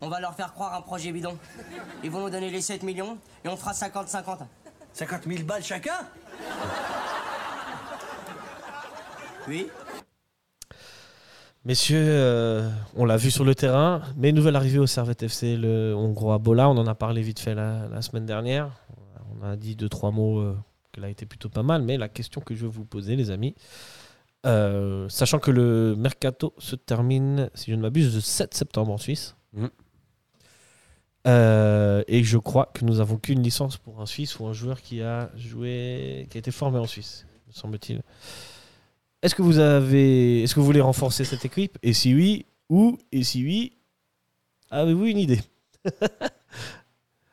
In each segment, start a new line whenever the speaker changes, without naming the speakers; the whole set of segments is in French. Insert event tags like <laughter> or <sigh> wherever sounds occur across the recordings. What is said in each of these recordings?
On va leur faire croire un projet bidon. Ils vont nous donner les 7 millions et on fera 50-50.
50 000 balles chacun
Oui
Messieurs, euh, on l'a vu sur le terrain, mais nouvelle arrivée au Servette FC, le Hongrois Bola. On en a parlé vite fait la, la semaine dernière. On a dit deux, trois mots euh, qu'elle a été plutôt pas mal. Mais la question que je veux vous poser, les amis, euh, sachant que le mercato se termine, si je ne m'abuse, le 7 septembre en Suisse.
Mhm.
Euh, et je crois que nous avons qu'une licence pour un Suisse ou un joueur qui a joué, qui a été formé en Suisse, me semble-t-il. Est-ce que vous avez, est-ce que vous voulez renforcer cette équipe Et si oui, où Et si oui, avez-vous une idée <laughs>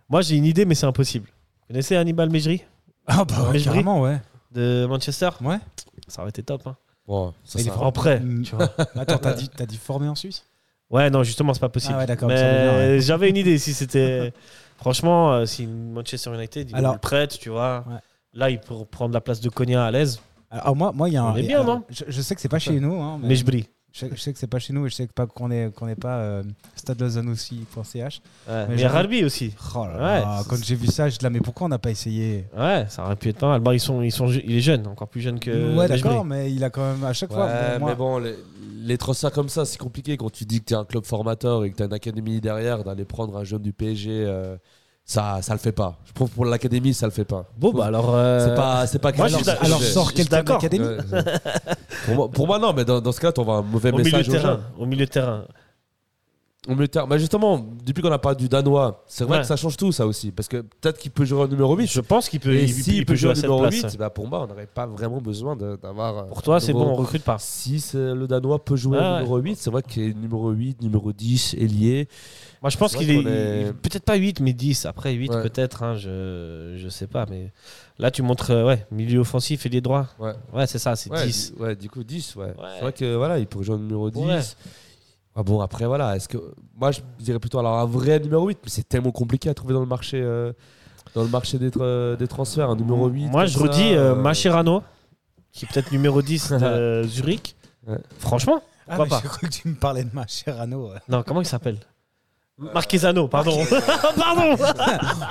Moi, j'ai une idée, mais c'est impossible. Vous connaissez Hannibal Mejri
Ah bah
Mais
ouais,
je
carrément, ouais.
de Manchester
Ouais.
Ça aurait été top. Hein.
Bon, ça,
Mais il est
ça-
vraiment prêt.
Mm.
tu vois.
<laughs> Attends, t'as dit, t'as dit formé en Suisse
Ouais, non, justement, c'est pas possible.
Ah ouais, d'accord,
Mais
ça veut dire, ouais.
j'avais une idée si
<laughs>
c'était. Franchement, euh, si Manchester United, ils
Alors-
le prêtent, tu vois.
Ouais.
Là, ils pourront prendre la place de Konya à l'aise.
Alors moi, moi, il y a
On
un.
est bien,
alors,
non
je, je sais que c'est pas chez nous, hein,
Mais je brille.
je, je sais que c'est pas chez nous et je sais que pas qu'on est qu'on est pas euh, stadelozanussi.ch.
Ouais.
Mais
Mais
je-
Ralbi aussi.
Oh là là,
Ouais.
quand j'ai vu ça, je là, mais pourquoi on n'a pas essayé
Ouais, ça aurait pu être pas mal. Bon, ils sont, ils sont, ju- il est jeune, encore plus jeune que.
Ouais,
Mejbri.
d'accord, mais il a quand même à chaque fois.
Ouais,
bon, moi-
mais bon, les, les transferts comme ça, c'est compliqué quand tu dis que t'es un club formateur et que t'as une académie derrière, d'aller prendre un jeune du PSG, euh, ça, ça le fait pas. Je trouve pour l'académie, ça le fait pas.
Bon, bah alors. euh,
C'est pas, c'est pas
moi,
crédible.
je suis d'a-
Alors
je-
sort
je-
quelqu'un de
d'accord.
l'académie.
Ouais, ouais. <laughs> pour, moi, pour moi, non, mais dans, dans ce cas, on va un mauvais
Au milieu de
message aux gens.
terrain. Au milieu de terrain.
On me terre- Mais Bah, justement, depuis qu'on a parlé du Danois, c'est vrai
Ouais.
que ça change tout, ça aussi. Parce que peut-être qu'il peut jouer en numéro 8.
Je pense qu'il peut,
Et
il,
s'il
il peut jouer à cette
numéro
place.
8, bah, pour moi, on n'aurait pas vraiment besoin de- d'avoir. euh,
Pour toi,
un
c'est
nouveau-
bon, on recrute pas.
Ah, Si c'est- le Danois peut jouer
Ah
au numéro 8, c'est vrai qu'il est numéro 8, numéro 10, ailier.
Moi, je pense
C'est vrai
qu'il est,
qu'on est-
peut-être pas 8, mais 10. Après 8,
Ouais.
peut-être. hein, je, je sais pas. Mais là, tu montres euh, ouais, milieu offensif et les droits.
Ouais.
Ouais, c'est ça, c'est
Ouais,
10.
du- Ouais, du coup, 10, ouais.
Ouais.
C'est vrai que voilà, il peut jouer au numéro 10.
Ouais.
Ah bon, après, voilà, est-ce que. Moi, je dirais plutôt alors un vrai numéro 8, mais c'est tellement compliqué à trouver dans le marché. euh, Dans le marché des, tra- des transferts, un numéro 8.
Moi,
comme
je
ça,
redis
euh,
euh, Mascherano, qui est peut-être numéro 10 de Zurich.
<laughs> Ouais.
Franchement,
Ah,
pourquoi
mais
pas
J'ai cru que tu me parlais de ma chère
<laughs>
Anno. ouais.
Non, comment il s'appelle Marquezano, pardon. <laughs> pardon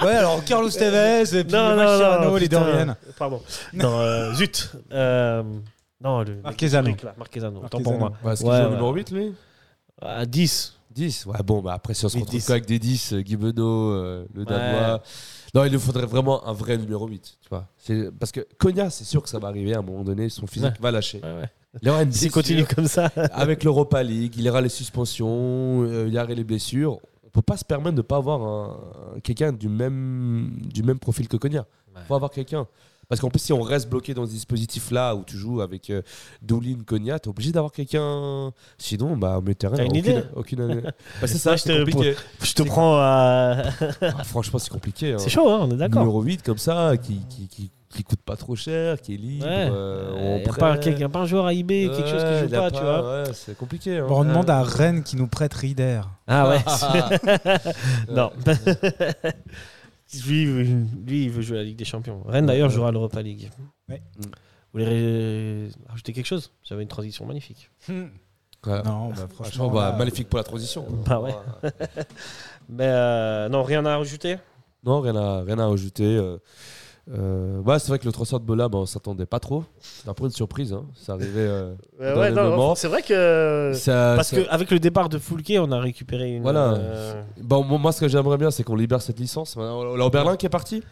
Ouais, alors <laughs> Carlos Tevez et puis
Non, non,
Mascherano,
non,
les
putain.
Dorian.
Pardon. Non, euh, zut. Euh, non, le.
Marquezano.
Zurich, là, Marquezano, autant pour moi.
Marquezano.
ouais, Est-ce qu'il
Ouais,
joue au
ouais.
numéro 8, lui
À 10.
10 Ouais, bon, bah après, si on se
Oui,
retrouve
10.
qu'avec avec des 10, euh, Guy Benoît, euh, le
Ouais.
Danois. Non, il nous faudrait vraiment un vrai numéro 8. Tu vois. C'est- Parce que Konya, c'est sûr que ça va arriver à un moment donné, son physique
Ouais.
va lâcher.
Ouais, ouais.
Il y aura une
S'il
blessure.
continue comme ça.
Avec l'Europa League, il y aura les suspensions, euh, il y aura les blessures. On peut pas se permettre de ne pas avoir un- quelqu'un du même, du même profil que Konya. Il faut avoir quelqu'un. Parce qu'en plus, si on reste bloqué dans ce dispositif-là où tu joues avec euh, Doulin, Konya, t'es obligé d'avoir quelqu'un. Sinon, bah, au milieu de terrain,
T'as une
aucune,
idée <laughs>
aucune- Bah, c'est
Moi,
ça,
je
c'est
te-
compliqué.
<laughs> Je <laughs> te prends à.
Ah, franchement, c'est compliqué. hein.
C'est chaud, hein, on est d'accord.
Numéro 8 comme ça, qui, qui, qui, qui coûte pas trop cher, qui est libre.
Ouais.
euh, on
y a
prête.
pas, quelqu'un- y a pas un joueur à IB, quelque chose qui
Ouais,
joue
il a
pas, tu vois.
ouais, c'est compliqué. hein.
Bon, on
Ouais.
demande à Rennes qui nous prête Rieder.
Ah <laughs> ouais.
Ah,
non. <laughs> lui, il veut- lui, il veut jouer à la Ligue des Champions. Rennes, d'ailleurs, jouera à l'Europa League.
Ouais.
Vous voulez ré- rajouter quelque chose J'avais une transition magnifique.
voilà.
Non, bah, franchement,
Hmm. Ah, Franchement, bah,
là,
magnifique pour la transition.
Bah ouais. Mais euh, non, rien à rajouter
<laughs> Non, rien à, rien à ajouter. euh, euh, bah, c'est vrai que le transfert de Bola, bah, on s'attendait pas trop. C'est un peu une surprise. Hein. C'est arrivé. euh, Dans ouais, le non, moment.
c'est vrai que.
ça-
Euh, Parce
ça-
qu'avec le départ de Foulquet, on a récupéré une.
Voilà.
euh,
Bon, moi, moi, ce que j'aimerais bien, c'est qu'on libère cette licence. Là, Berlin qui est parti.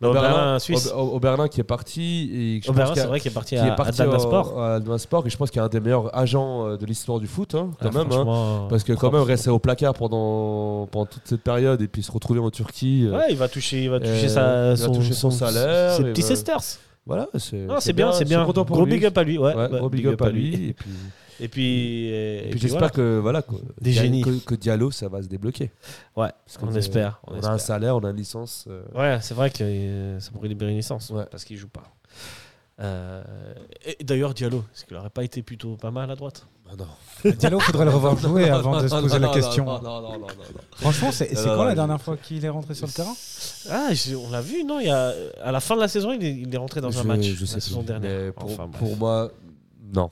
Bah, Oberlin, euh,
Oberlin-
Suisse.
Ob- Oberlin qui est parti. Et je pense
Oberlin,
qu'il y a-
c'est vrai qu'il est parti
qui
à
est parti
Atlanta
au-
Sport.
à Advance Sport, et je pense qu'il y a un des meilleurs agents euh, de l'histoire du foot, hein, quand
Ah,
même. hein.
franchement,
parce que quand
propre.
même, rester au placard pendant, pendant toute cette période et puis se retrouver en Turquie, euh,
Ouais, il va toucher, il va toucher,
Euh,
sa-
il
son,
va toucher son salaire,
Ses
il
petits
va-
sisters.
voilà, c'est
Non, c'est bien, c'est
je suis
bien.
content pour
Gros
lui.
big up à lui. Ouais,
Ouais,
ouais,
gros big up à lui. Et puis,
Et puis, euh,
et
et
puis
puis
j'espère
voilà.
que, voilà, que,
Des génies.
que, que Diallo, ça va se débloquer.
Ouais,
Parce que
on
c'est-
espère.
On,
on
a
espère.
un salaire, on a une licence. euh,
Ouais, c'est vrai que euh, ça pourrait libérer une licence
Ouais.
parce qu'il joue pas. Euh, et D'ailleurs, Diallo, est-ce qu'il aurait pas été plutôt pas mal à droite
bah non.
Diallo, faudrait le revoir
<laughs>
jouer avant de se poser la question.
Non, non, non, non, non, non.
Franchement, c'est
Non,
c'est
non,
quand la
je-
dernière fois qu'il est rentré sur le terrain
Ah, je- on l'a vu, non il y a, À la fin de la saison, il est, il est rentré dans un
Je-
match
je
la
sais
saison
plus. Mais
dernière.
Pour,
Enfin, bref.
pour moi, non.